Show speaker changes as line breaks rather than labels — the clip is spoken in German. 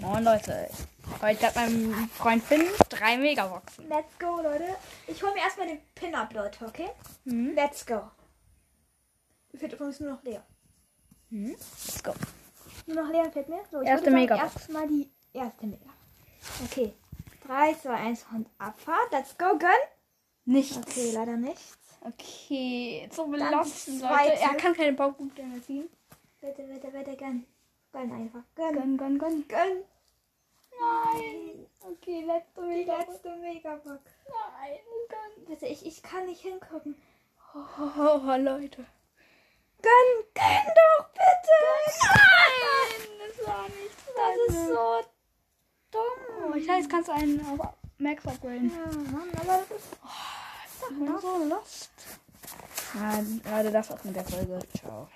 Moin Leute, heute hat mein Freund Finn drei Megaboxen.
Let's go, Leute. Ich hole mir erstmal den Pin-Up, Leute, okay?
Mhm.
Let's go. Mir fehlt übrigens nur noch Lea.
Let's go.
Nur noch Lea fehlt mir. So, ich
Erste
würde sagen,
Megabox.
erstmal die erste Mega. Okay. 3, 2, 1 und Abfahrt. Let's go, gönn.
Nichts.
Okay,
Okay,
leider nichts.
so belastend,
zweite.
Leute. Er kann keine Baupunkte mehr ziehen.
Bitte, bitte, bitte, gönn. Gönn einfach. Gönn.
Gönn, gönn, gönn.
Gönn.
Nein. Okay, letzte
Die
Megabox.
letzte Megabox.
Nein, gönn.
Bitte, ich, ich kann nicht hingucken.
Oh, oh, oh, Leute.
Gönn, gönn doch, bitte.
Nein, das war nicht
Das ist so dumm.
Oh, ich weiß, kannst du einen auf Max upgraden.
Ja, Mann, aber das ist
Ich bin so lost. Ah, Leute, das war's mit der Folge. Ciao.